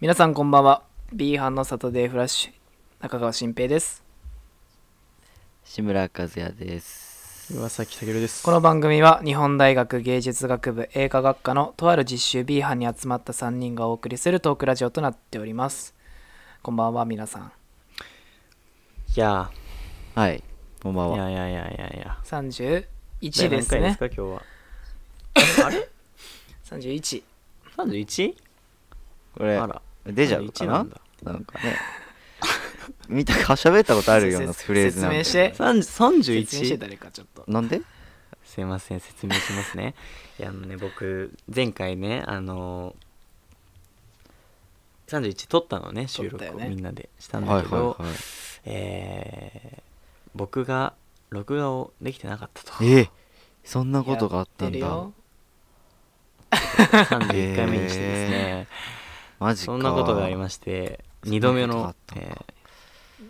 皆さんこんばんは B 班のサタデーフラッシュ中川新平です志村和也です。岩崎武です。この番組は日本大学芸術学部映画学科のとある実習 B 班に集まった3人がお送りするトークラジオとなっておりますこんばんは皆さんいやはい。こんばんー、いは。やいやいやいやいや。 31で何す回でねすか今日は。 31 31? これあ、ら。出ちゃうか31ななんだなんかね。 見たか、喋ったことあるようなフレーズなんだよね説明して30説明して 31? 誰かちょっとなんですいません、説明しますね。いや、あのね、僕、前回ね、あのー、31撮ったのね、収録撮っをたよねみんなでしたはいんはだいけど、はい。えー、僕が録画をできてなかったと。ええそんなことがあった出るんだよ。 31回目にしてですね、マジか。そんなことがありまして、2度目そんなことがあのっ、たのえか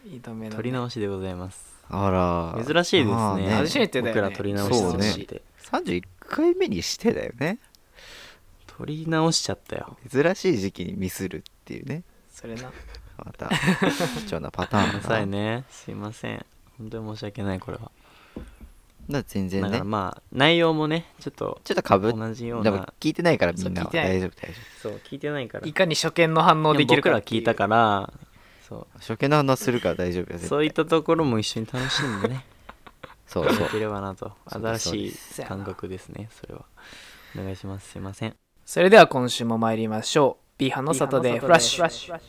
2度目ーの撮り直しでございます。あら。珍しいですね,、まあ初めてだよね僕ら撮り直しそうねてて、 31回目にしてだよね。撮り直しちゃったよ珍しい時期にミスるっていうね。それなま た、貴重なパタごめんーンなさだいな。ねすいません本当に申し訳ないこれは、だから全だ然かねら。まあ内容もねちょっとちょっとかぶっ同じようでもな聞いてないからみんなそう聞いてはない大丈夫大丈そう聞いてないからいかに初見の反応できるか僕ら聞いたからそ夫初見の話するから大丈夫よう絶対そういったところも一緒に楽しんでねそういそけうればなとそうで新すそうしでいす感覚ですねそれはお願いしますすいませんそれでは今週も参りましょう B 班のサタデーフラッシュ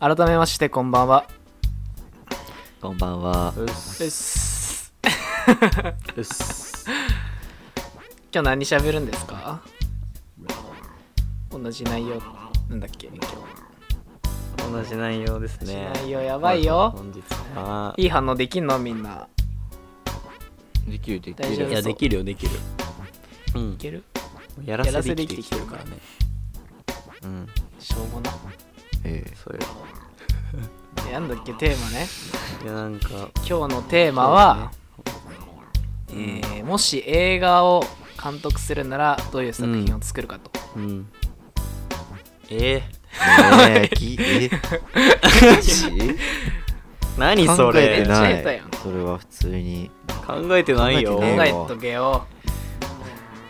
改めましてこんばんはこんばんはうっすうっす今日何喋るんですか同じ内容なんだっけ今日同じ内容ですね内容やばいよ本日はいい反応できんのみんなできるで大丈夫いやできるよできるうんいけるやらせで生きてきてるからねうんしょうもなえそうよえなんだっけテーマねいやなんか今日のテーマは、えーもし映画を監督するならどういう作品を作るかと、うんええねえきえマジー、何そ考えれて考なめっちゃ下手いやんそれは普通にえてないよ考えてな考いえとけよ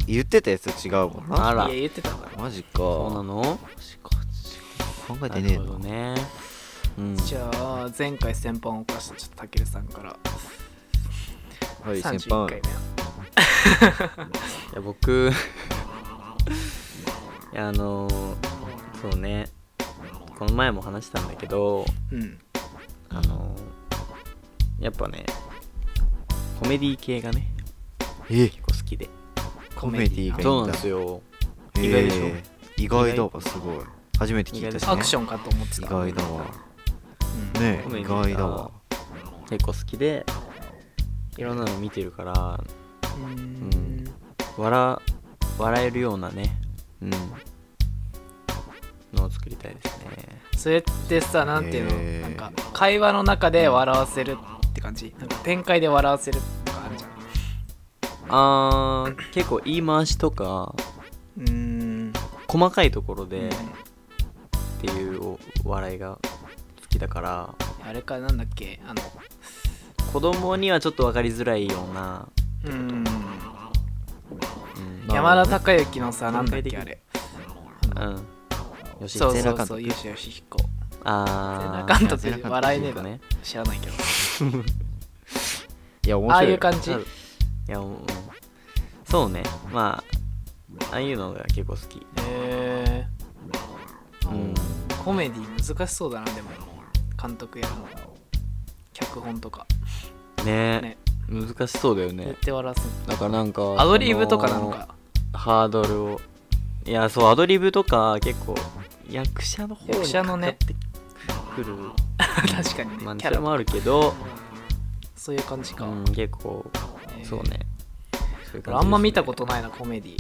言ってたやつと違うもんなあいらや言ってたからマジかそうなの考えなてねえるほのどねうんじゃあ前回先般を犯したちょっとたけるさんからはい先31回輩目いや僕 いやあのー、そうねこの前も話したんだけどうんあのー、やっぱねコメディ系がねえ結構好きでコメディがいいんだそうなんですよえ意外でしょえ意外だわすごい初めて聞いたしねアクションかと思って意た外だわうんねコメえデ意ィが外だわ結構好きでいろんなの見てるからうーんん笑笑えるようなねうんのを作りたいですねそれってさなんていうの、えーなんか会話の中で笑わせるって感じなんか展開で笑わせるとかあるじゃんあー結構言い回しとかうーん細かいところでっていうお笑いが好きだからあれかなんだっけあの子供にはちょっと分かりづらいような、うーんうんな山田孝之のさなんだっ展けあ開れうん、よしそう全そ裸う監そう督よしよし彦全あ裸あ監督って笑えねえだろね知らないけどいや面ああ白いいうよ感じあるいやうんそうねまあああいうのが結構好きえーうんコメディ難しそうだなでも監督やるの脚本とかねね難しそうだよやっねて笑わせるだからなんかアドリブとかなのかそのハードルをいやそうアドリブとか結構役者の方に役者のねかかってくる 確かにねまあキそャれラもあるけど、そういう感じうか、ん、結構えーそうねそういう感じですこねれあんま見たことないなコメディ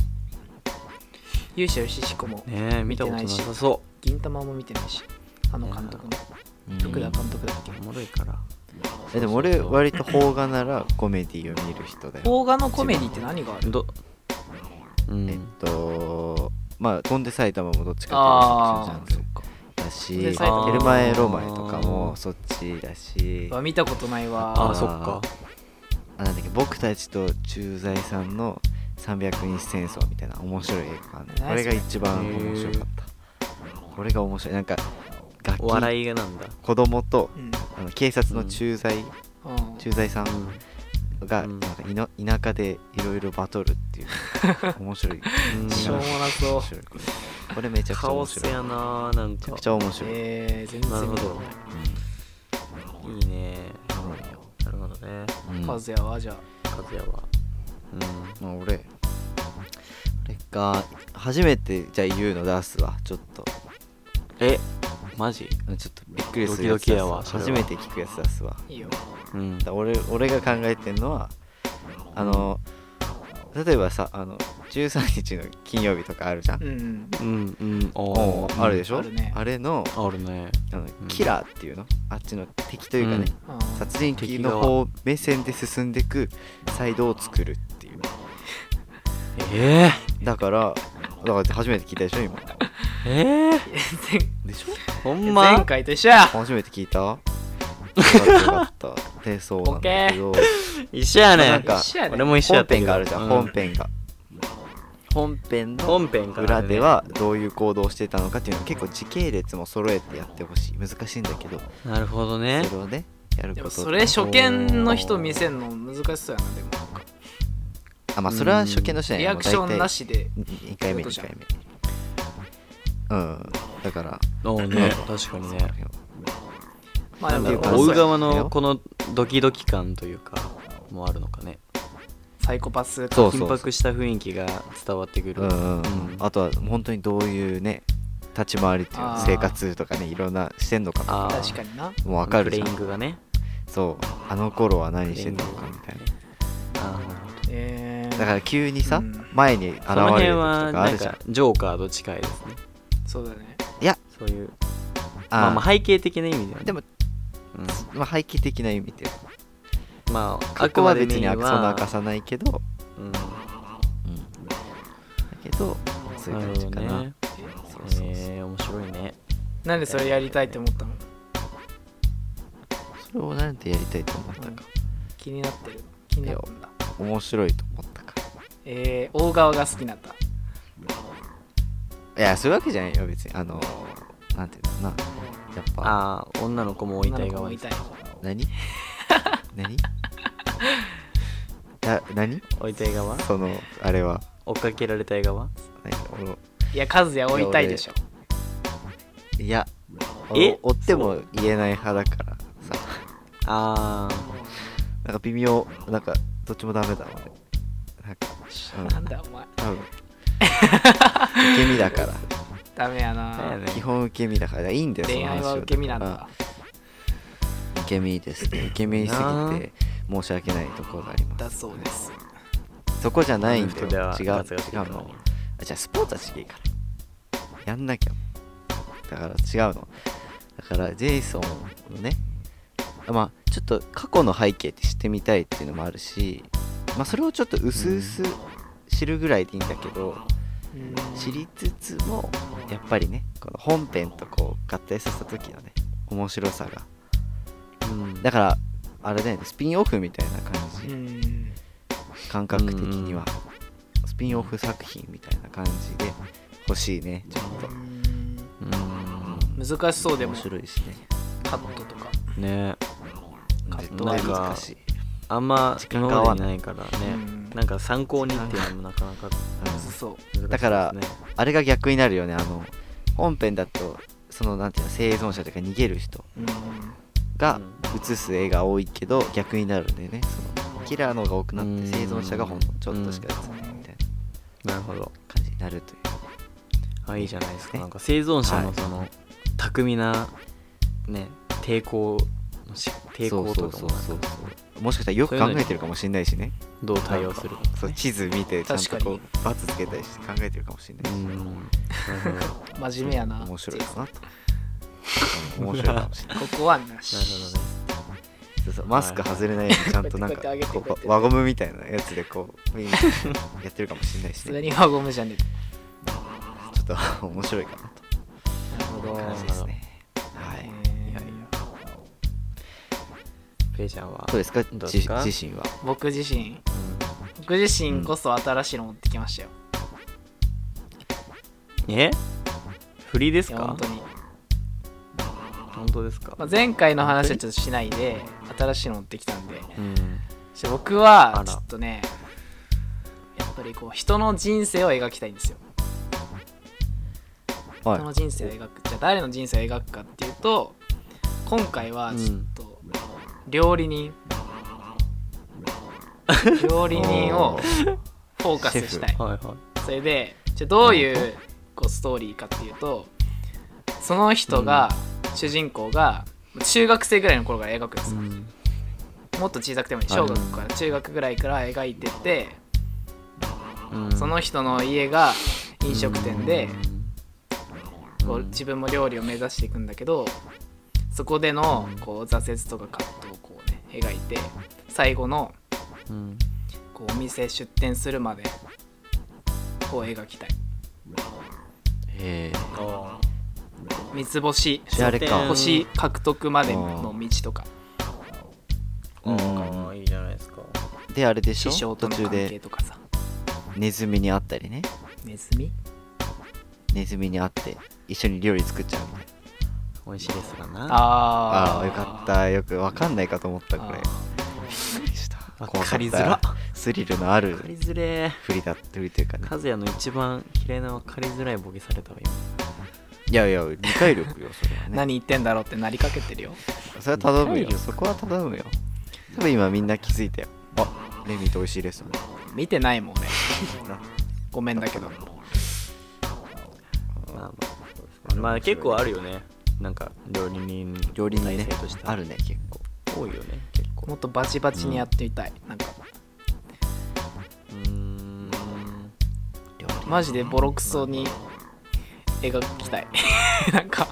勇者よしひこもねえ見たことなさそ銀魂も見てないしあの監督のうん役だ監督だっけおもろいからえでも俺割と邦画ならコメディを見る人だよ邦画のコメディって何があるどうえっんとまあ「飛んで埼玉」もどっちあかーというとそっちのジャンルだし飛んで「埼玉エルマエロマエ」とかもそっちだしうわ見たことないあわあそっかあなんだっけ僕たちと駐在さんの300日戦争みたいな面白い映画があるねこれが一番面白かったこれが面白いなんか楽器お笑いがなんだ子供とうんあの警察の駐在、うん駐在さんがうんなんかいの田舎でいろいろバトルって いう面白いうんしょうもなそう面白いこれこれめちゃくちゃカオ面ス白いめやななんちゃかくちゃ面白い、えー、全然なるほ見たどこいいねなるほどねとうんないカズヤはじゃあ和也はうんまあ俺俺が初めてじゃあ言うの出すわちょっとえマジうんちょっとびっくりするやつ出すドキドキやわそれは初めて聞くやつ出すわいいようんだ俺俺が考えてるのはあの例えばさあの13日の金曜日とかあるじゃん、うんうんうんうんもうあるでしょ、あるねあれのあるねあのんキラーっていうのあっちの敵というかね、あ殺人鬼敵の側方目線で進んでくサイドを作るっていうえだからだから初めて聞いたでしょ今えええーでしょほんま 前回と一緒や初めて 聞いたよかったよかったでそうなんだけど一緒やまあなねんか一緒やね俺も一緒や本ったけ編どがあるじゃん、う本編が本編の本編から裏ねではどういう行動をしてたのかっていうのは結構時系列も揃えてやってほしい難しいんだけどなるほどねそれをねやるでこもとそれ初見の人見せんの難しそうやなでもなんかあまあそれは初見の人リやアねもクシう大体ョンなしで2回目ってことじ2ゃん回目うんだからおうね確かにねまあでなんだろもうまあ追そううや側のこのドキドキ感というかもあるのかねサイコパスそうそう緊迫した雰囲気が伝わってくるうんうんうんあとは本当にどういうね立ち回りっていうあのー生活とかねいろんなしてんのかあー確かになもうわかるじゃプレイんングがねそうあの頃は何してたのかみたいなあーなるほどえー、だから急にさ、うん前に現そのれ辺る時とはかあなんるじゃんかジョーカーと近いですねそうだねそういうあーまあまあ背景的な意味ではねでも、うんまあ、廃棄的な意味でまああ過く去はまで別メイにンあはそんな明かさないけど、うんだけどそういうなる感ほじどかなねそうそうそうえー面白いねなんでそれやりたいって思ったの、それをなんてやりたいと思ったなんかか気になってる気になったんだ面白いと思ったかえー、大側が好きなんだいやそういうわけじゃないよ別にあのなんていうのかなやっぱああ女の子も追い女たのい子側もいですたい 何何 な何追いたい側そのあれは追っかけられたい側何俺もいや和也追いたいでしょいやえお追っても言えない派だからさあなんか微妙なんかどっちもダメだ俺なんかうんなんだお前 多分受け身だからダメやあ、だよなね基本受け身だからいいんだよその恋愛話はを受け身なんだうん受け身ですね受け身すぎなあて申し訳ないところがありまだすそうですそこじゃないんだよ人では違う違ガツガツうのあじゃあスポーツは違えからやんなきゃだから違うのだからジェイソンのねまあちょっと過去の背景って知ってみたいっていうのもあるしまあそれをちょっと薄々知るぐらいでいいんだけうど、ん知りつつもやっぱりねこの本編とこう合体させた時のね面白さがうんだからあれだよねスピンオフみたいな感うじ、ん感覚的には、スピンオフ作品みたいな感じで欲しいねちょっと、う難しそうでも面白いしねカットとかんねカッ絶トは対難しい、あんま時間今が合わまでなないからねうんなんか参考にっていうのもなかなかむずうそうん難しいですねだからんあれが逆になるよねあの本編だとそのなんていうの生存者というか逃げる人うんがうん映す絵が多いけど逆になるんでねそのキラーの方が多くなっうてん生存者がほんのちょっとしか映らないみたいななるほど感じになるというあいいじゃないですかねなんか生存者はのいその巧みなね抵抗のし抵抗とかもなんかそうそうもしかしたらよく考えてるかもしれないしねどう対応するかそう地図見てちゃんとこうバツつけたりして考えてるかもしれなういしんなるほど 真面目やな面白いかなとうん面白いかもしれないここはなしなるほどねそうそうマスク外れないようにちゃんとなんかこうやってこうやってこう輪ゴムみたいなやつでこうみんなやってるかもしれないし それねに輪ゴムじゃねちょっと面白いかなえなるほどという感じですねはいえーいやいやペイちゃんはどうですかどうですかじ自身は僕自身うん僕自身こそ新しいの持ってきましたよ、え振りですいやか本当に、本当ですか、まあ、前回の話はちょっとしないで新しいの持ってきたんでうんちょ僕はあらちょっとねやっぱりこう人の人生を描きたいんですよ、は人の人生を描くじゃあ誰の人生を描くかっていうと今回はちょっと、料理人料理人 をフォーカスしたいはいはそれでじゃあどういうこうストーリーかっていうとその人が、主人公が中学生ぐらいの頃から描くんですい、よ、ん、もっと小さくてもいいはい小学校から中学ぐらいから描いてて、うんその人の家が飲食店で、うんこう自分も料理を目指していくんだけどそこでのうんこう挫折とか葛藤をこうね描いて最後のうんこうお店出店するまでこう描きたいえーあ三つ星じゃああれか星獲得までの道とかあ、うんいいじゃないですかであれでし師ょ匠と途の関中係でとかさネズミに会ったりねネズミネズミに会って一緒に料理作っちゃうみたいな美味しいですがなあーああよかったよくわかんないかと思ったこれあびっくりしたわ怖かかりっづらたスリルのある分かりづれ振りだ振りというかね和也の一番嫌いな分かりづらいボケされたわいやいや理解力よそれ はね何言ってんだろうってなりかけてるよそれは頼む理解よ力そこは頼 むよ多分今みんな気づいたよあレミーと美味しいですもん見てないもんねなごめんだけど今まあまあまあ結構あるよねなんか料理人料理にね体制としてあるね結構多いよね結構もっとバチバチにやってみたい、なんかうーん料理マジでボロクソに描きたい なんか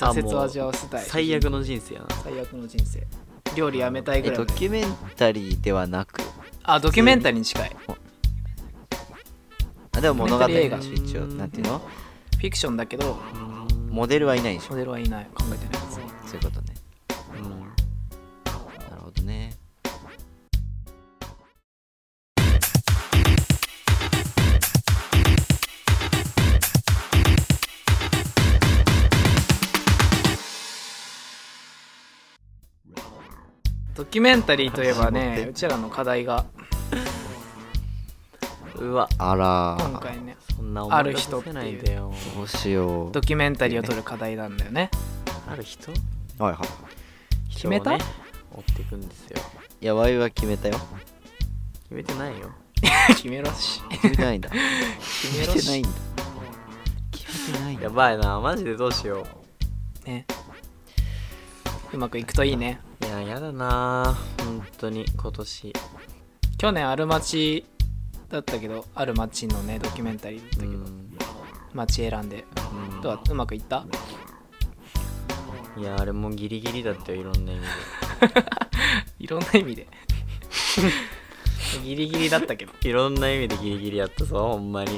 あ挫折を味わわせたい最悪の人生やな最悪の人生料理やめたいぐえらいまドでキュメンタリーではなくあドキュメンタリーに近いあでも物語ドキュメンタだリしー一応なんていうのフィクションだけどモデルはいないでしょモデルはいない考えてないですそういうことねうんなるほどねドキュメンタリーといえば絞っねてうちらの課題がうわあら今ー回ねそんな思い出させないでよどうしようドキュメンタリーを撮る課題なんだよ ねある人はいはい決めた人をね追っていくんですよいやワイは決めたよ決めてないよ決めろし決めてないんだ決め 決ろめてないんしだ決めてないんだやばいなマジでどうしよねうまくいくといいねういややだな本当に今年去年ある町だったけどある町のねドキュメンタリーだったけうど、ん町選んでうんどうだうまくいったいやあれもうギリギリだったよいろんな意味でいろんな意味でギリギリだったけどいろんな意味でギリギリやったぞほんまに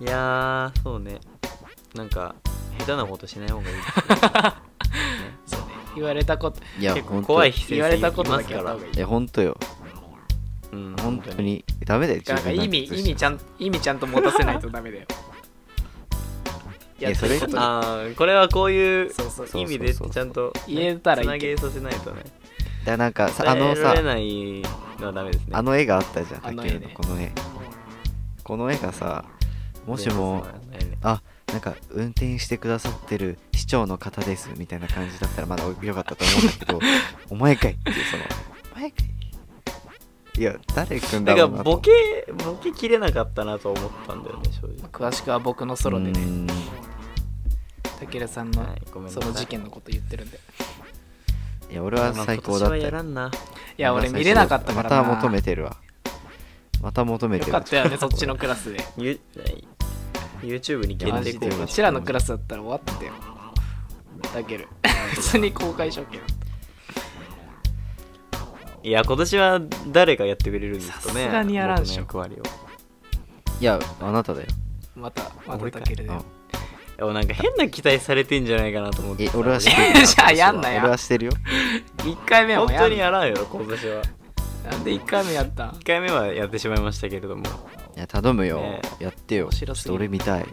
いやーそうねなんか下手なことしない方がいいそうね言われたこといや結ほ構んと怖い先生言われたこといまだすけかやったら方がいいいやほんとようん本当にダメだよなんか自分の意味靴下意味ちゃん意味ちゃんと持たせないとダメだよいやそれやってることにああこれはこういうそうそう意味でってちゃんと言えたらいいつけなげどさせないとねだからなんかさああののさされないのはダメですねあの絵があったじゃんあ竹の内絵ねのこの絵この絵がさもしもあなんか運転してくださってる市長の方ですみたいな感じだったらまだ良かったと思うんだけ どお前かいっていうそのお前かいいや誰くんだだかろらうなボとケボケきれなかったなと思ったんだよね正直詳しくは僕のソロでうーねんたけるさんのはいごめんなさそいの事件のこと言ってるんでいや俺は最高だまあ今年はったやよらんないや俺見れなかったからなまた求めてるわまた求めよてるかったよねそっちのクラスでゆ YouTube に限マ定ジ公で開うちらのクラスだったら終わってたよだけど 普通に公開処刑だっいや今年は誰がやってくれるんですかねさすがにやらんでしょ僕の役割をいやあなただよ、たまたま俺たかだけどうんねでもなんか変な期待されてんじゃないかなと思ってえさ俺はしてるじゃあやんなよ俺はしてるよ1回目本もや当んにやらんよ今年はなんで1回目やったん1回目はやってしまいましたけれどもいや頼むよ、ねやってよ面白すぎるちょっと俺見たい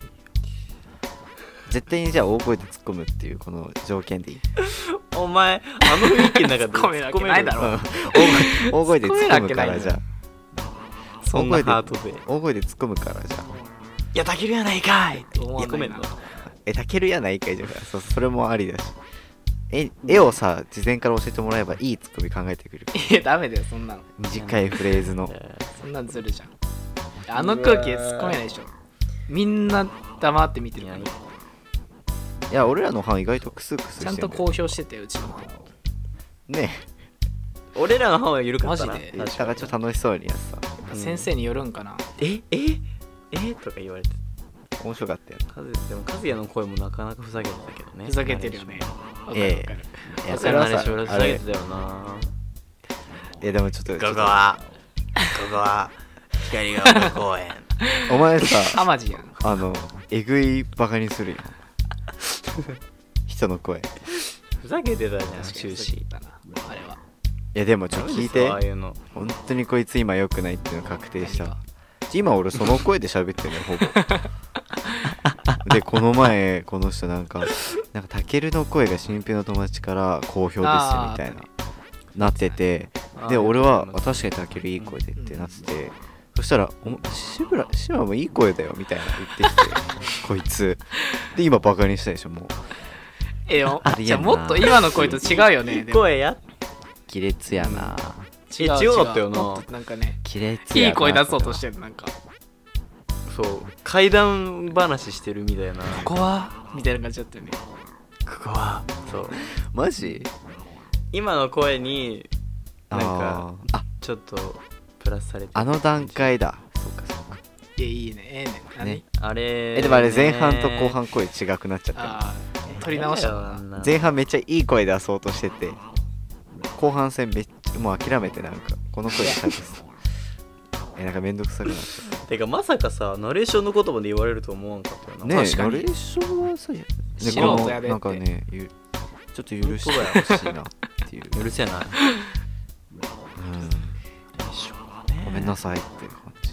絶対にじゃあ大声で突っ込むっていうこの条件でいい、 お前あの雰囲気の中で突っ込めるわけないだろうん大声大声で突っ込むからじゃあそんなハートで大声で突っ込むからじゃあいやたけるやないかいって思わないなごめんのえたけるやないかいじゃんそうそれもありだしえ絵をさ事前から教えてもらえばいいツッコミ考えてくるいやダメだよそんなの短いフレーズのそんなんずるじゃんあの空気突っ込めないでしょみんな黙って見てるからいやいや俺らの班意外とクスクスしてちゃんと公表してたようちの班うね俺らの方は緩かったなマジでえ確だからちょっかと楽しそうにやってたうん先生によるんかなにえええとか言われて面白かったよカズでも和也の声もなかなかふざけてたけどねふざけてるよねわかるわかるいや和也そのれは話さ俺あふざけれてたよないやでもちょっとこちょっことはここは光が丘公園お前あさまじやんあのえぐいバカにするよ人の声いふざけてたじゃん終始だなあれはやでもちょっと聞いダメですよああいてうの本当にこいつ今良くないっていうの確定した今俺その声で喋ってるのよほぼ でこの前この人なんか「なんかたけるの声が新平の友達から好評です」みあーたいななっててあーで俺あはあ「りがとうご確かにたけるいい声で」ってなってて、うんそしたら「お志村志村もいい声だよ」みたいな言って きてこいつで今バカにしたでしょもうえよありじえゃあんなもっと今の声と違うよね いいでも声やっ亀裂やな違うえ違うだったよなもっとなんかね亀裂やいない声出そうとしてるなんかそう怪談話してるみたいなここはみたいな感じだったよねこはそうマジ今の声になんかあーあちょっとプラスされてあの段階だそうかそうかいやいいねええね何、ねあれえでもあれ前半と後半声違くなっちゃったああ取り直したなな前半めっちゃいい声出そうとしてて後半戦めっちゃもう諦めてなんかこの声で喋って たえなんかめんどくさくなっちゃっててかまさかさナレーションの言葉で言われると思わんかったよなねえナレ確かにーションはそうや素この人やでってなんかねゆちょっと許してほしいな っていう、うるせえなうねん、ごめんなさいっていう感じ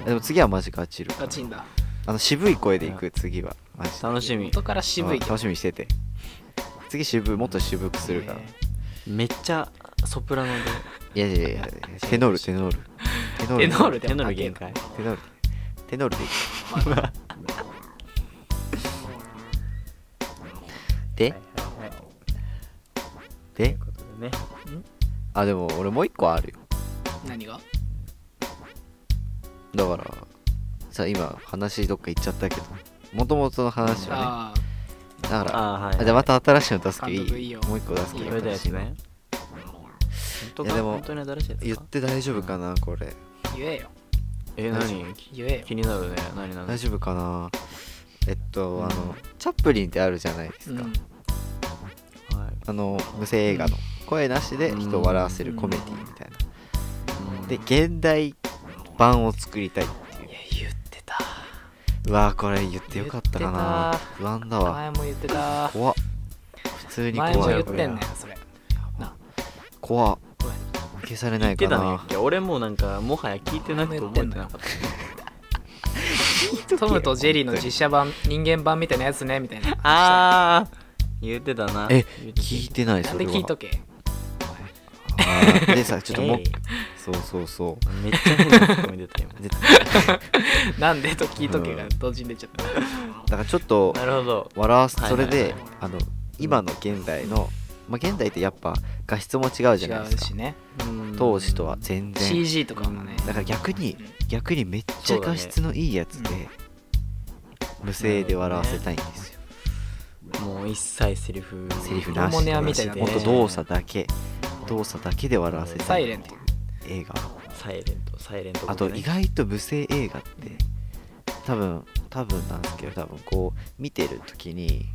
うんでも次はマジガチるガチンだあの渋い声でいく次はマジで楽しみ元から渋いあけど楽しみにしてて次渋いもっと渋くするから、ねめっちゃソプラノでいやいやいやテノールテノールテノテノールでも手の高え限な界テノールテノールで いいではいはいはいといでうことでねあでも俺もう一個あるよ何がだからさ今話どっか行っちゃったけどもともとの話はねあだからあーはいはいあじゃあまた新しいの出すけど監督いいいいよもう一個出すけいいどよそれでです新しいのね本当いやでかも本当に新しいで言すっかて大丈夫かなこれあ言えよえ何言えよ気になるね何何大丈夫かなえっとあうんのチャップリンってあるじゃないですか、うんはいあの無声映画の声なしで人を笑わせるコメディみたいな、うんで現代版を作りたいっていういや言ってたうわーこれ言ってよかったか言っなて不安だわ前も言ってた怖っ普通に怖い前もこ言れってんねんそれな怖っごめん消されな聞いいてかたねないや俺もなんかもはや聞いてなくて覚えてなかったトムとジェリーの実写版人間版みたいなやつねみたいなああ言ってたなえ言ってた聞いてないなんそでれ聞いとはけあー でさちょっともうえいそうそうそめっちゃ変なツッコミ出た今うでなんでと聞いとけがうん同時に出ちゃっただからちょっと なるほど笑わすはいそれはいではいあの今の現代のまあ現代ってやっぱ画質も違うじゃない違でうすしかね当時とは全然 CG とかもねだから逆にうん逆にめっちゃ画質のいいやつで、そうだね無声で笑わせたいんですよ、もう一切セリフセリフななししモノマネ屋みたいなねほんと動作だけ動作だけで笑わせサたイいレント映画サイレントサイレントあと意外と無声映画って多分多分なんですけど多分こう見てる時に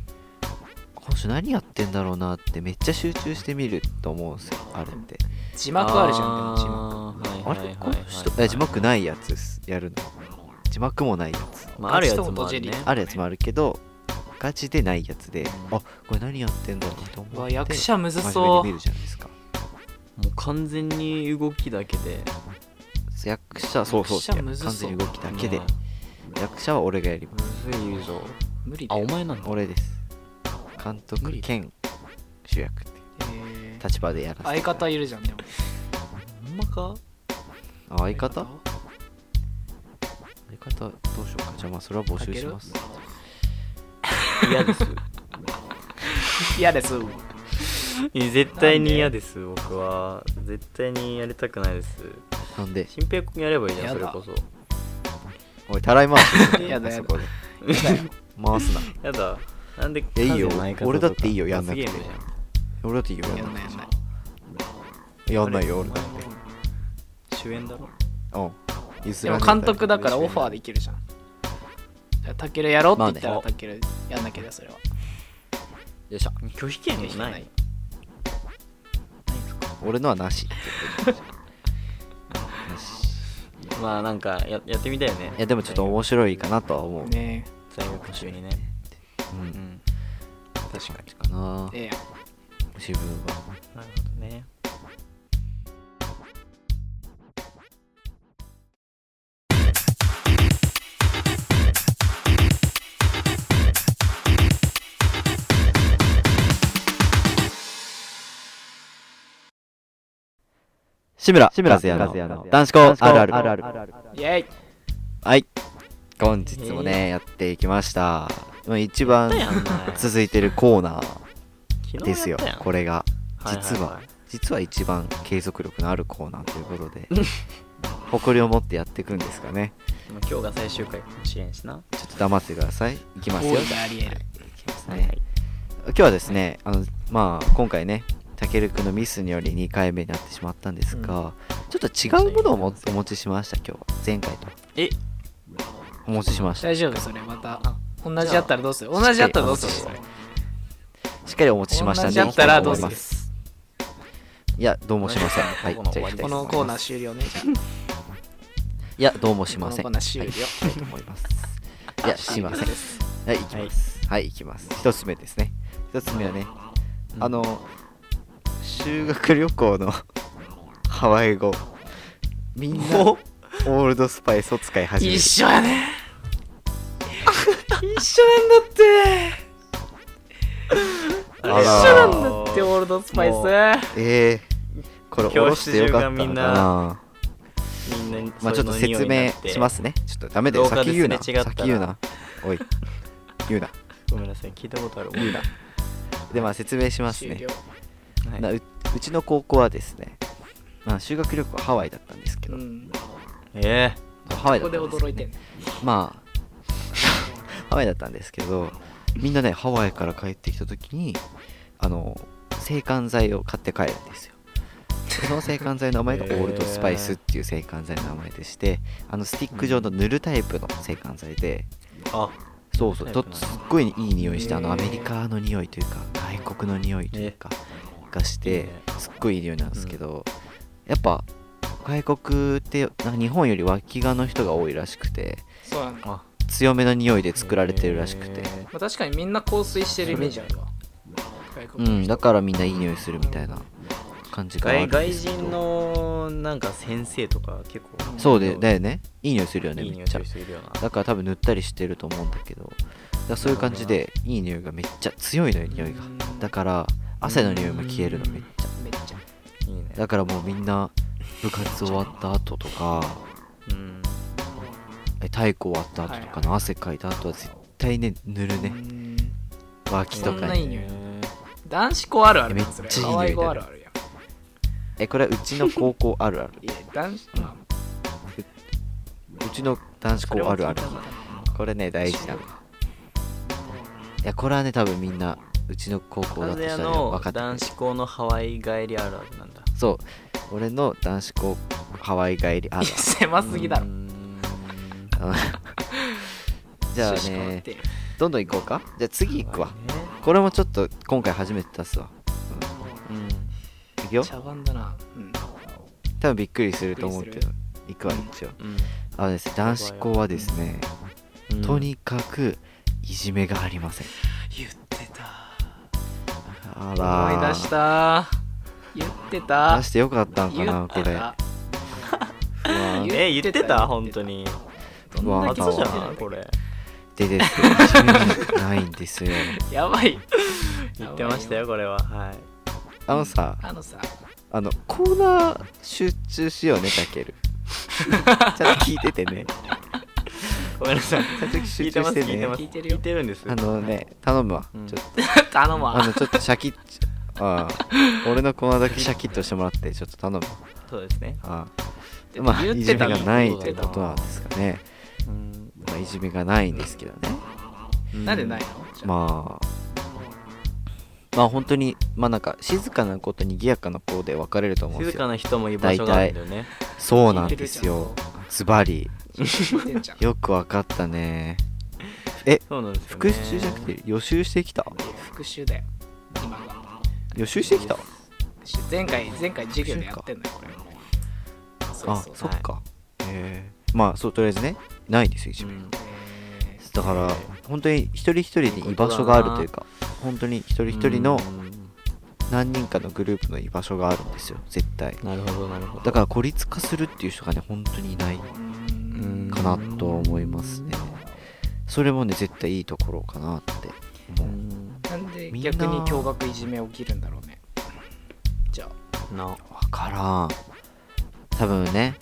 この人何やってんだろうなってめっちゃ集中して見ると思うんですよあれって字幕あるじゃんでも字幕幕あれこの人え字幕ないやつっすやるの字幕もないやつまあ、あるやつポチッとも音あジェるリねーあるやつもあるけどガチでないやつでうんあこれ何やってんだろうと思ってうわ役者むずそう真面目に見るじゃないですかもう完全に動きだけで役者そうそう役者むずそう完全に動きだけでま役者は俺がやりますあむずいぞ無理だあおよ、前なんだ俺です監無督理兼主役っていうえー立場でやらせて相方いるじゃんでもほんまかあ相方相方どうしようかじゃあまあそれは募集します嫌です嫌ですいや絶対に嫌です僕は絶対にやりたくないですなんで新平君やればいいじゃんやそれだこそおいたらい回すなやだやだそこで回すなやだなんでやいいよなぜ相方とか俺だっていいよやんなくて罰ゲームじゃん俺だっていいよややんんなないやんないいやんないよ俺だっって主演だろてうん譲でらもねえから監督だからオファーできるじゃんだからタケルやろうって言ったまらあタねケルやんなきゃだよそれはよいしょ拒否権がない俺のはなしってことでなしまあなんかややってみたいよねいやでもちょっと面白いかなとは思うね大学中にねううんん確かにかなえええやん自分はなるほどね志村志村和也和也のの男子校あるあるあるあるイエイはい本日もね、やっていきましたまあ一番やんない続いてるコーナー昨日ですよやったやんこれがいいい実は実は一番継続力のあるコーナーということで誇りを持ってやっていくんですかねまあ今日が最終回かもしれんしなちょっと黙っててくださいいきゴますーよルがありえるはい今日はですねあのまあ今回ねたけるくんのミスにより2回目になってしまったんですが、ちょっと違うものをもお持ちしました今日は前回とえお持ちしました大丈夫それまた同じやったらどうする同じやったらどうするそれしっかりお持ちしました同んじでやったらどうすいきたいと思いるますいやどうもしませんはいこのじゃあいきたいこと思のいますコーナー終了ねじゃあいやどうもしませんこのコーナー終了はい、行きたいと思いますいやしませんはい行きますはい行きます一つ目ですね一つ目はねあの修学旅行のハワイ語みんなオールドスパイスを使い始め一る緒や ね一緒なんだってあ一ら緒なんだってオールドスパイもスえー、これおろしてよかった教室中がみのかんななみんなにまあちょっと説明しますねちょっとダメだよ廊下先です言うな、れ違ったら先言うなおい言うなごめんなさい聞いたことある言うなでまあ説明します終ね了なううちの高校はですね、まあ、修学旅行はハワイだったんですけど、うんえハワイこだこったでんです驚いてんのまあ ハワイだったんですけどみんなねハワイから帰ってきた時にあの制汗剤を買って帰るんですよでその制汗剤の名前がオへーールドスパイスっていう制汗剤の名前でしてあのスティック状の塗るタイプの制汗剤で、えあそうそうタイどプっなんだすっごいいい匂いしてあへのーアメリカの匂いというか外国の匂いというかがしいいてねすっごいいい匂いなんですけどやっぱ外国ってなんか日本より脇がの人が多いらしくてそうなんだ、まあ強めの匂いで作られてるらしくてあ、確かにみんな香水してるイメージあるわ外う国のん人だからみんないい匂いするみたいな感じがある外んです外けど人のなんか先生とか結構そうでだよねいい匂いするよねいいめ匂っいすちゃる人いるよなだから多分塗ったりしてると思うんだけどだからそういう感じでいい匂いがめっちゃ強いのよ匂いがうんだから汗の匂いも消えるのめっちゃめっちゃいいねだからもうみんな部活終わった後とかうんえ体育終わった後とかの汗かいた後は絶対ね塗るねうん脇とそんかないいに匂いえ男子校あるあるなんめっちゃそれいい匂いだ可愛い子あるあるやんえこれはうちの高校あるあるい や男子まあうちの男子校あるあるこれね大事なのいやこれはね多分みんなうちの高校だ和とし也たら分のかってくれ男る子校のハワイ帰りあるあるなんだそう俺の男子校 ハワイ帰りあいやる狭すぎだろうーんあのじゃあ趣旨変わっねてるどんどん行こうかじゃあ次行くわねこれもちょっと今回初めて出すわうん行くよ茶番だな。うん。多分びっくりすると思うけびっくど行くわ一応うんあのですね男子校はですねうんとにかくいじめがありません言ってた。あら思い出した。言ってた。出してよかったんか言なっこてれうたわ。ー言え言ってた本言ってた当にどうわんだけ初嘘じじゃゃんこれでですねいじめがないんですよやばい。言ってましたよこれははいあのさあのさ、 あのコーナー集中しようねたけ るちゃんと聞いててねごめんなさいちゃんと聞集いて中ましすて聞いてまねす聞いてるよ聞いてるんですあのね頼むわうんちょっと頼むあわの。ちょっとシャキッああ俺のコーナーだけシャキッとしてもらってちょっと頼むわそうですねああまあ言っいじてめたがねない言っといてうたことなんですかねうんまあいじめがないんですけどねなんでないのまあまあ本当にまあなんか静かな子と賑やかな子で分かれると思うんで静すかよな人も居場所があるんだよねそうなんですよズバリ聞いてんじゃん。よく分かったねそうなんですよね復習じゃなくて予習してきた復習だよ。今が。予習してきた前回、前回授業でやってんのよ、これ。そうあそうそっかへえまあそうとりあえずねないですよいじうめんえーだから本当に一人一人に居場所があるというか本当に一人一人のうん何人かのグループの居場所があるんですよ絶対なるほどなるほどだから孤立化するっていう人がね本当にいないうんかなと思いますねそれもね絶対いいところかなってう思うんなんでみんな逆に驚愕いじめ起きるんだろうね。じゃあ、な分からん多分ね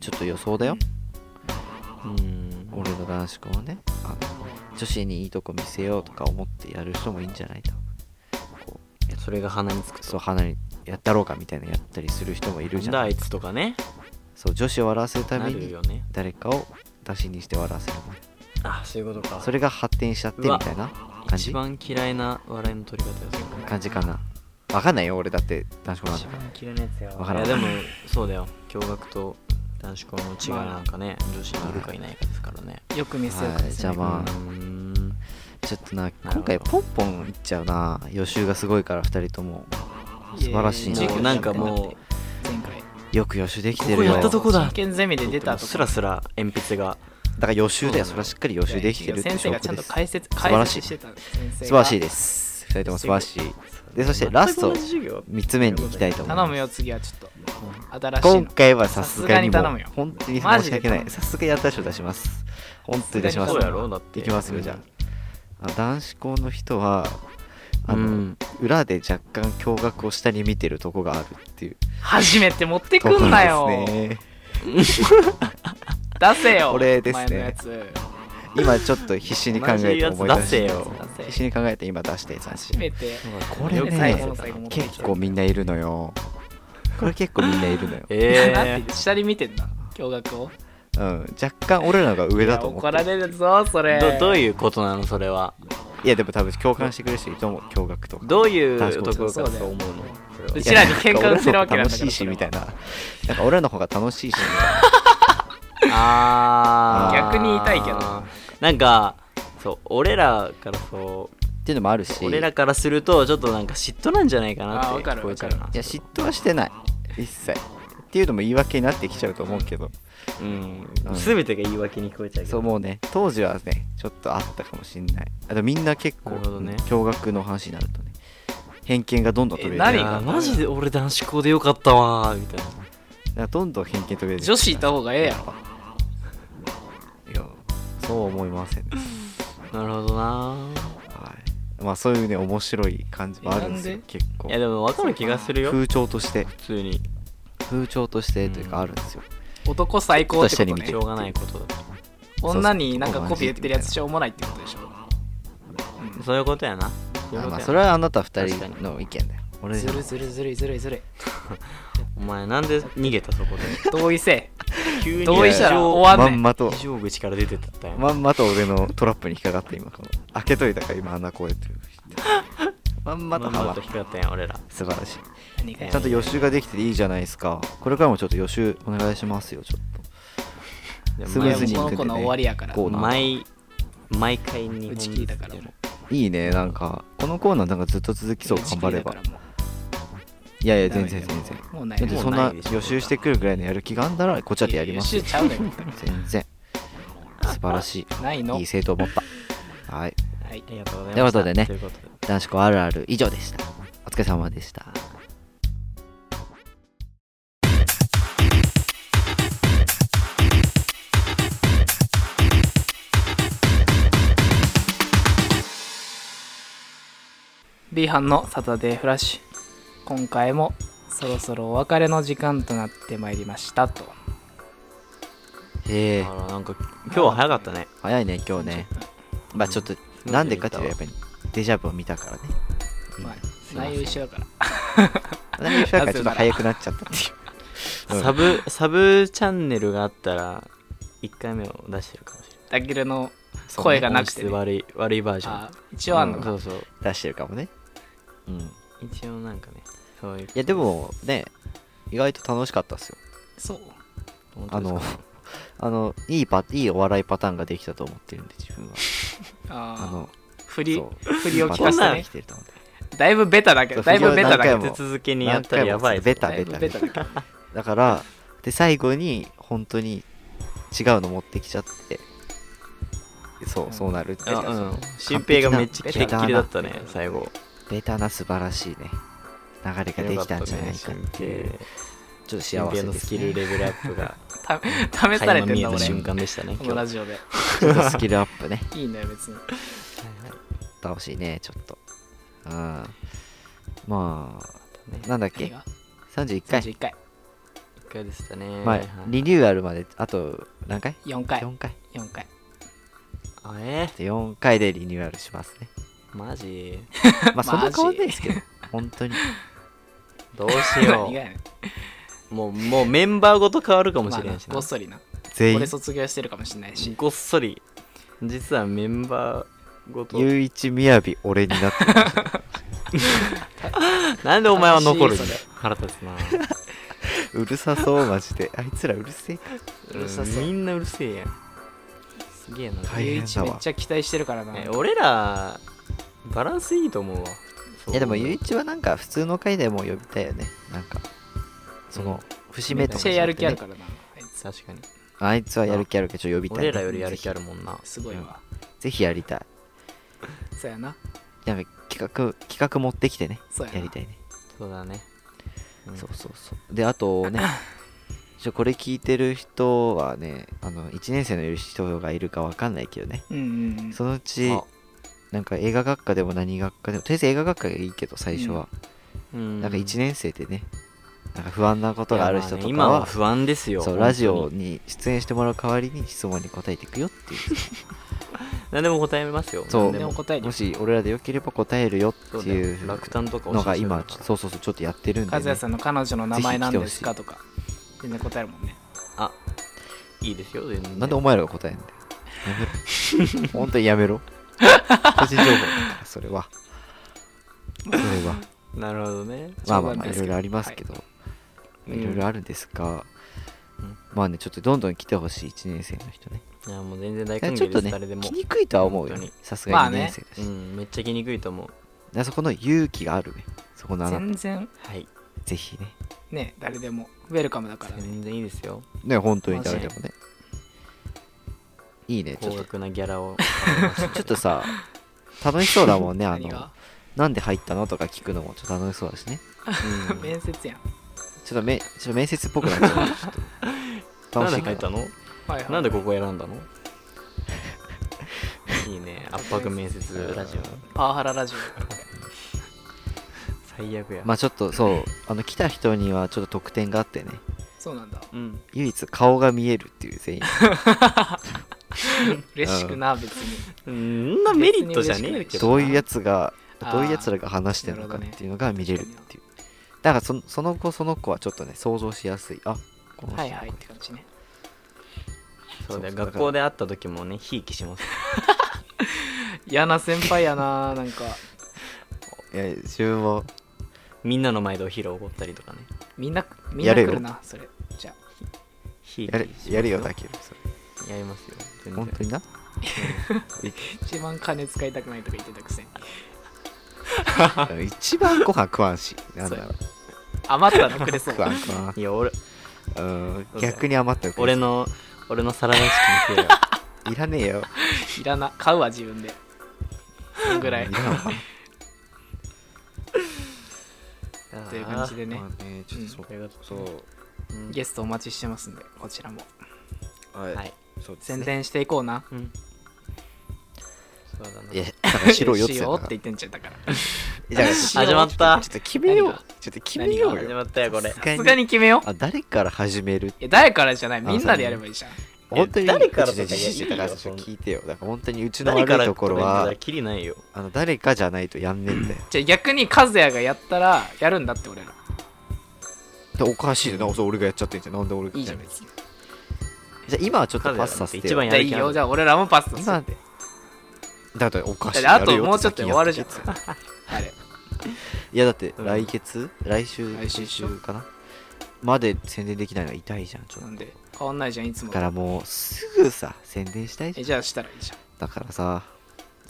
ちょっと予想だようん俺の男子校はねあの女子にいいとこ見せようとか思ってやる人もいいんじゃないとこそれが鼻につくうそう花にやったろうかみたいなやったりする人もいるじゃなんだなあいいつとかねそう女子を笑わせるたなめるによね誰かを出しにして笑わせるみたいあそういうことかなそれが発展しちゃってみたいな感一じ番嫌いな笑いの取り方よそれ感じかな分かんないよ俺だって男子校なん一だ番嫌いなやつやわからんいやでもそうだよ驚愕と男子校の違いなんかね女子にいるかいないかですからねよく見せようかですね。はいじゃあまあうーんちょっとなほど今回ポンポンいっちゃうな予習がすごいから2人とも素晴らしいえーもうなんかも前回。よく予習できてここるよやったとこだ真剣ゼミでう出たとスラスラ鉛筆がだから予習だよそれはしっかり予予習できてるって先証生拠がちゃんでとす解説、素晴ら解しい説してた先生素晴らしいでです2人とも素晴らしいでそしてラスト全く同じ授業3つ目に行きたいと思います頼むよ、次はちょっと。新しいの。今回はさすがにもさすがに頼むうよ本当にマ申ジしで訳頼むないさすがやった人出します本当に出しますそうやろだっていきますよじゃああ男子校の人はあの、うん裏で若干驚愕を下に見てるとこがあるっていう初めて持ってとくころんなよ。ですね出せよ。俺ですね前のやつ。今ちょっと必死に考同えじてやつ思い出出しせてよ出必せ死に考えて今出してさ初めて。これ 最ね後の最後持ってきて結構みんないるのよこれ結構みんないるのよ、なんてえ言って下に見てんだ。驚愕を。うん、若干俺らのが上だと思っていや怒られるぞ、それ。ーどどうういうことなのそれはいやでも多分共感してくれる人いると思う驚愕とかどういう確かにところそかうだよそう思うのそれはうちらに喧嘩売ってるわけなんだから楽しいしみたいななんか俺らの方が楽しいしみあー逆に言いたいけどなんかそう俺らからそうっていうのもあるし俺らからするとちょっとなんか嫉妬なんじゃないかなあーっわてかる聞こえちゃうないや嫉妬はしてない一切っていうのも言い訳になってきちゃうと思うけど、ううんん全てが言い訳に聞こえちゃうけどそうもうね当時はねちょっとあったかもしんないあとみんな結構なるほどね驚愕の話になるとね偏見がどんどん取れえる何いやがーマジで俺男子校でよかったわーみたいななんかどんどん偏見取れる女子いた方がええやろ。いやそう思いません、ね、なるほどなはいまあそういうね面白い感じもあるんですえよなんで結構いやでも分かる気がするよ普風潮として通に風潮としてというかあるんですよ、男最高ってこちょとっと下に見てしねょ。うがないことだ女になんかコピー言ってるやつしょうもないってことでしょ。うんそういうことやなそういあまうことやあなそれはあなた二人の意見だよ俺じずゃなるいずるずるいずるいずるい。お前なんで逃げたそこで同意せ急に同意したら非常終わんまねんん。まと非常口から出てったったよ、まんまと俺のトラップに引っかかって今この開けといたから今穴こうやってるまんまとまんハマまとる引っかかったやん俺ら素晴らしい何がちゃんと予習ができていいじゃないですかこれからもちょっと予習お願いしますよちょっとスムーズにこの子の終わりやから。こう毎毎回日本打ち切りだからもういいねなんかこのコーナーなんかずっと続きそう頑張れば打ち切りだからもういやいや全然全然もうないよだってもうそんな予習してくるぐらいのやる気があんだらこっちだってやりますいよやちゃうのよ全然素晴らしないいのいい生徒を持ったはいはいありがとうございましとたいうことでねということで男子校あるある以上でしたお疲れ様でした B 班のサタデーフラッシュ今回もそろそろお別れの時間となってまいりましたとへえあらなんか今日は早かったね早いね今日ねまあちょっとうんなんでかっていうとやっぱりデジャブを見たからねまあ内容一緒だから内容がちょっと早くなっちゃったっていう、うんサブサブチャンネルがあったら1回目を出してるかもしれないタケルの声がなくてね音質悪い悪いバージョンあ一応あんのそかうそう出してるかもねうんい一応なんかねそういういやでもね意外と楽しかったっすよそうあのあの いいパいいお笑いパターンができたと思ってるんで自分はああのあ振りそう振りをいいパ聞ターかンせがてでねきてると思ってだいぶベタだけどそだういぶベタだけども立て続けにやったらやばいぞベタだいベぶタベベタタだけどだからで最後に本当に違うの持ってきちゃってそう、うんそうなるっていうあそうんの新平がめっちゃキレッキレだったベタねな最後ベタな素晴らしいね流れができたんじゃないかっていう、よかったねちょっと幸せです、ね、新平新平のスキルレベルアップがた試されて垣ん間見えだた俺瞬間でしたねこの今ラ日ジオでちょっとスキルアップねいいんだよ別に楽しいねちょっとうんまあなんだ何っけが31回31回1回でしたねまあはいリニューアルまであと何回4回 ?4 回4回あえで4回でリニューアルします ねマジまあそんな変わんないですけど本当にどうしよ 何がやねんうもうもうメンバーごと変わるかもましあれなないしなごっそりな全員俺卒業してるかもしれないしごっそり実はメンバーごとゆういちみやび俺になってるなんでお前は残るんだよ悲しい腹立つなうるさそうマジであいつ らうるせえかうるさそうみんなうるせえやんすげえな、大ゆうい変ちだめっわちゃ期待してるからなえ俺らバランスいいと思うわいやでもゆういいちはなんか普通の回でも呼びたいよねなんかその節め目っとかちじゃゃやなるく気てねあるからなあいつ確かにあいつはやる気あるけどちょっと呼びたいね俺らよりやる気あるもんなすごいわぜひやりたいそうやななんか企画企画持ってきてねそうやなやりたいねそうだねうんそうそうそうであと ねちょこれ聞いてる人はねあの1年生の人がいるかわかんないけどねうんうんうんそのうちあなんか映画学科でも何学科でもとりあえず映画学科がいいけど最初は、うんなんか1年生でねなんか不安なことがある人といかやまあね今はは不安ですよそう本当にラジオに出演してもらう代わりに質問に答えていくよっていう何でも答えますよそう何ででもも答えるもよし俺らでよければ答えるよそっうてだよいう落胆とかのが今教えてくれるからそうそうそうちょっとやってるんで、和ね也、さんの彼女の名前なんですかとか全然答えるもんねあいいですよ全然なんでお前らが答 えんだよ。やめろ。本当にやめろ。個人情報だから、それは。それは。なるほどねまあまあまあ、冗談でいすけどろいろありますけど、うんいろいろあるんですが、うんまあね、ちょっとどんどん来てほしい、1年生の人ね。いやもう全然大ち歓ょっ迎でとす、誰でね、も来にくいとは思うよ本当に。さすがまあに2ね年生だし。うんめっちゃ来にくいと思うだからそこの勇気があるね。そこのあなた、全然はいぜひね。ね誰でもウェルカムだからね全然いいですよね、本当に誰でもね。いいね、ちょっ高と、額なギャラをちょ っとさ、楽しそうだ もんね、あ何のが、なんで入ったのとか聞くのもちょっと楽しそうだしね。うん面接やんちょっとめ、ちょっと面接っぽくなっちゃう。ちょっとなん楽しでいから入ったのはいはいなんでここ選んだ のいいね圧迫面接ラジオパワハララジオ最悪や、まあちょっとそう、あの来た人にはちょっと特典があってね、そうなんだうん唯一顔が見えるっていう全員。嬉しくな別にうんなメリットじゃねえけどどなういうやつが、あーどういうやつらが話してるのかっていうのが見れなるるっほていう。だからそのその子その子はちょっとね、想像しやすい。あこの人はいはいって感じねそうだよそうそう学校で会った時もねひいきし ます嫌な先輩やななんかいや、自分も、みんなの前でお昼おごったりとかねみんなみんな来るなそれじゃあひいきやるしますやるよ、だけど、そやりますよれ。全然本当にな。一番金使いたくないとか言ってたくせに一番ご飯食わんしなんだろう余ったのくれそう食わん食わんいや俺うん逆に余ったら食う俺の俺のサラダチキン食えよいらねえよいらな買うわ自分でそんぐらいいらんわという感じでねまあねちょっとそあーということそう、うんゲストお待ちしてますんでこちらもはい、はいそうです宣ね伝していこうなうんそうだないやだからしろよっしてよう言っってて言ってんちゃったからたからいやだからしちよう始まったょっと決めよ何うがちょっと決めよう何始よまったよこれさすがに決めようあ誰から始めるいや誰からじゃないみんなでやればいいじゃん本当に誰からとかうちで実施してたからいいよちょっと聞いてよだから本当にうちの誰か悪いらところ取はるんじゃキリないよあの誰かじゃないとやんねえんだよじゃあ逆に和也がやったらやるんだって俺らでおかしいよなそう俺がやっちゃってんじゃんなんで俺がいいじじゃゃんあ別にじ今はちょっとパスさせて一番ゃやあるいい気あるよじゃあ俺らもパスとす今るでだっておかしいだってあやとるよもうちょっとで終わるじゃん先にやってあれいやだってうん来月来週来週でしょかなまで宣伝できないのは痛いじゃんちょっなとんで変わんないじゃんいつもだからもうすぐさ宣伝したいじえゃんじゃあしたらいいじゃんだからさ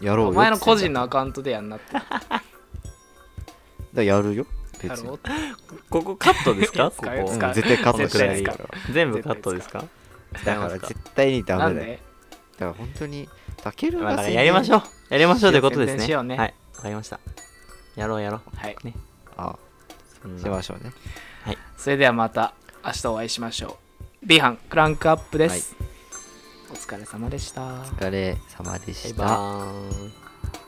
やろうよお前の個人だのアカウントでやんなってからやるよや別にろうここカットですかこ 使うう使んうこ絶対カットしない絶か対ら全部カットですかだから絶対になダんメだよでだから本当にたけるだかがらやりましうょうやりましょうということです宣伝ねしようねはいわかりましたやろうやろうはいねあそんしなましょうねそれではまた明日お会いしましょう B 班クランクアップです、お疲れ様でしたお疲れ様でバイしたバーイ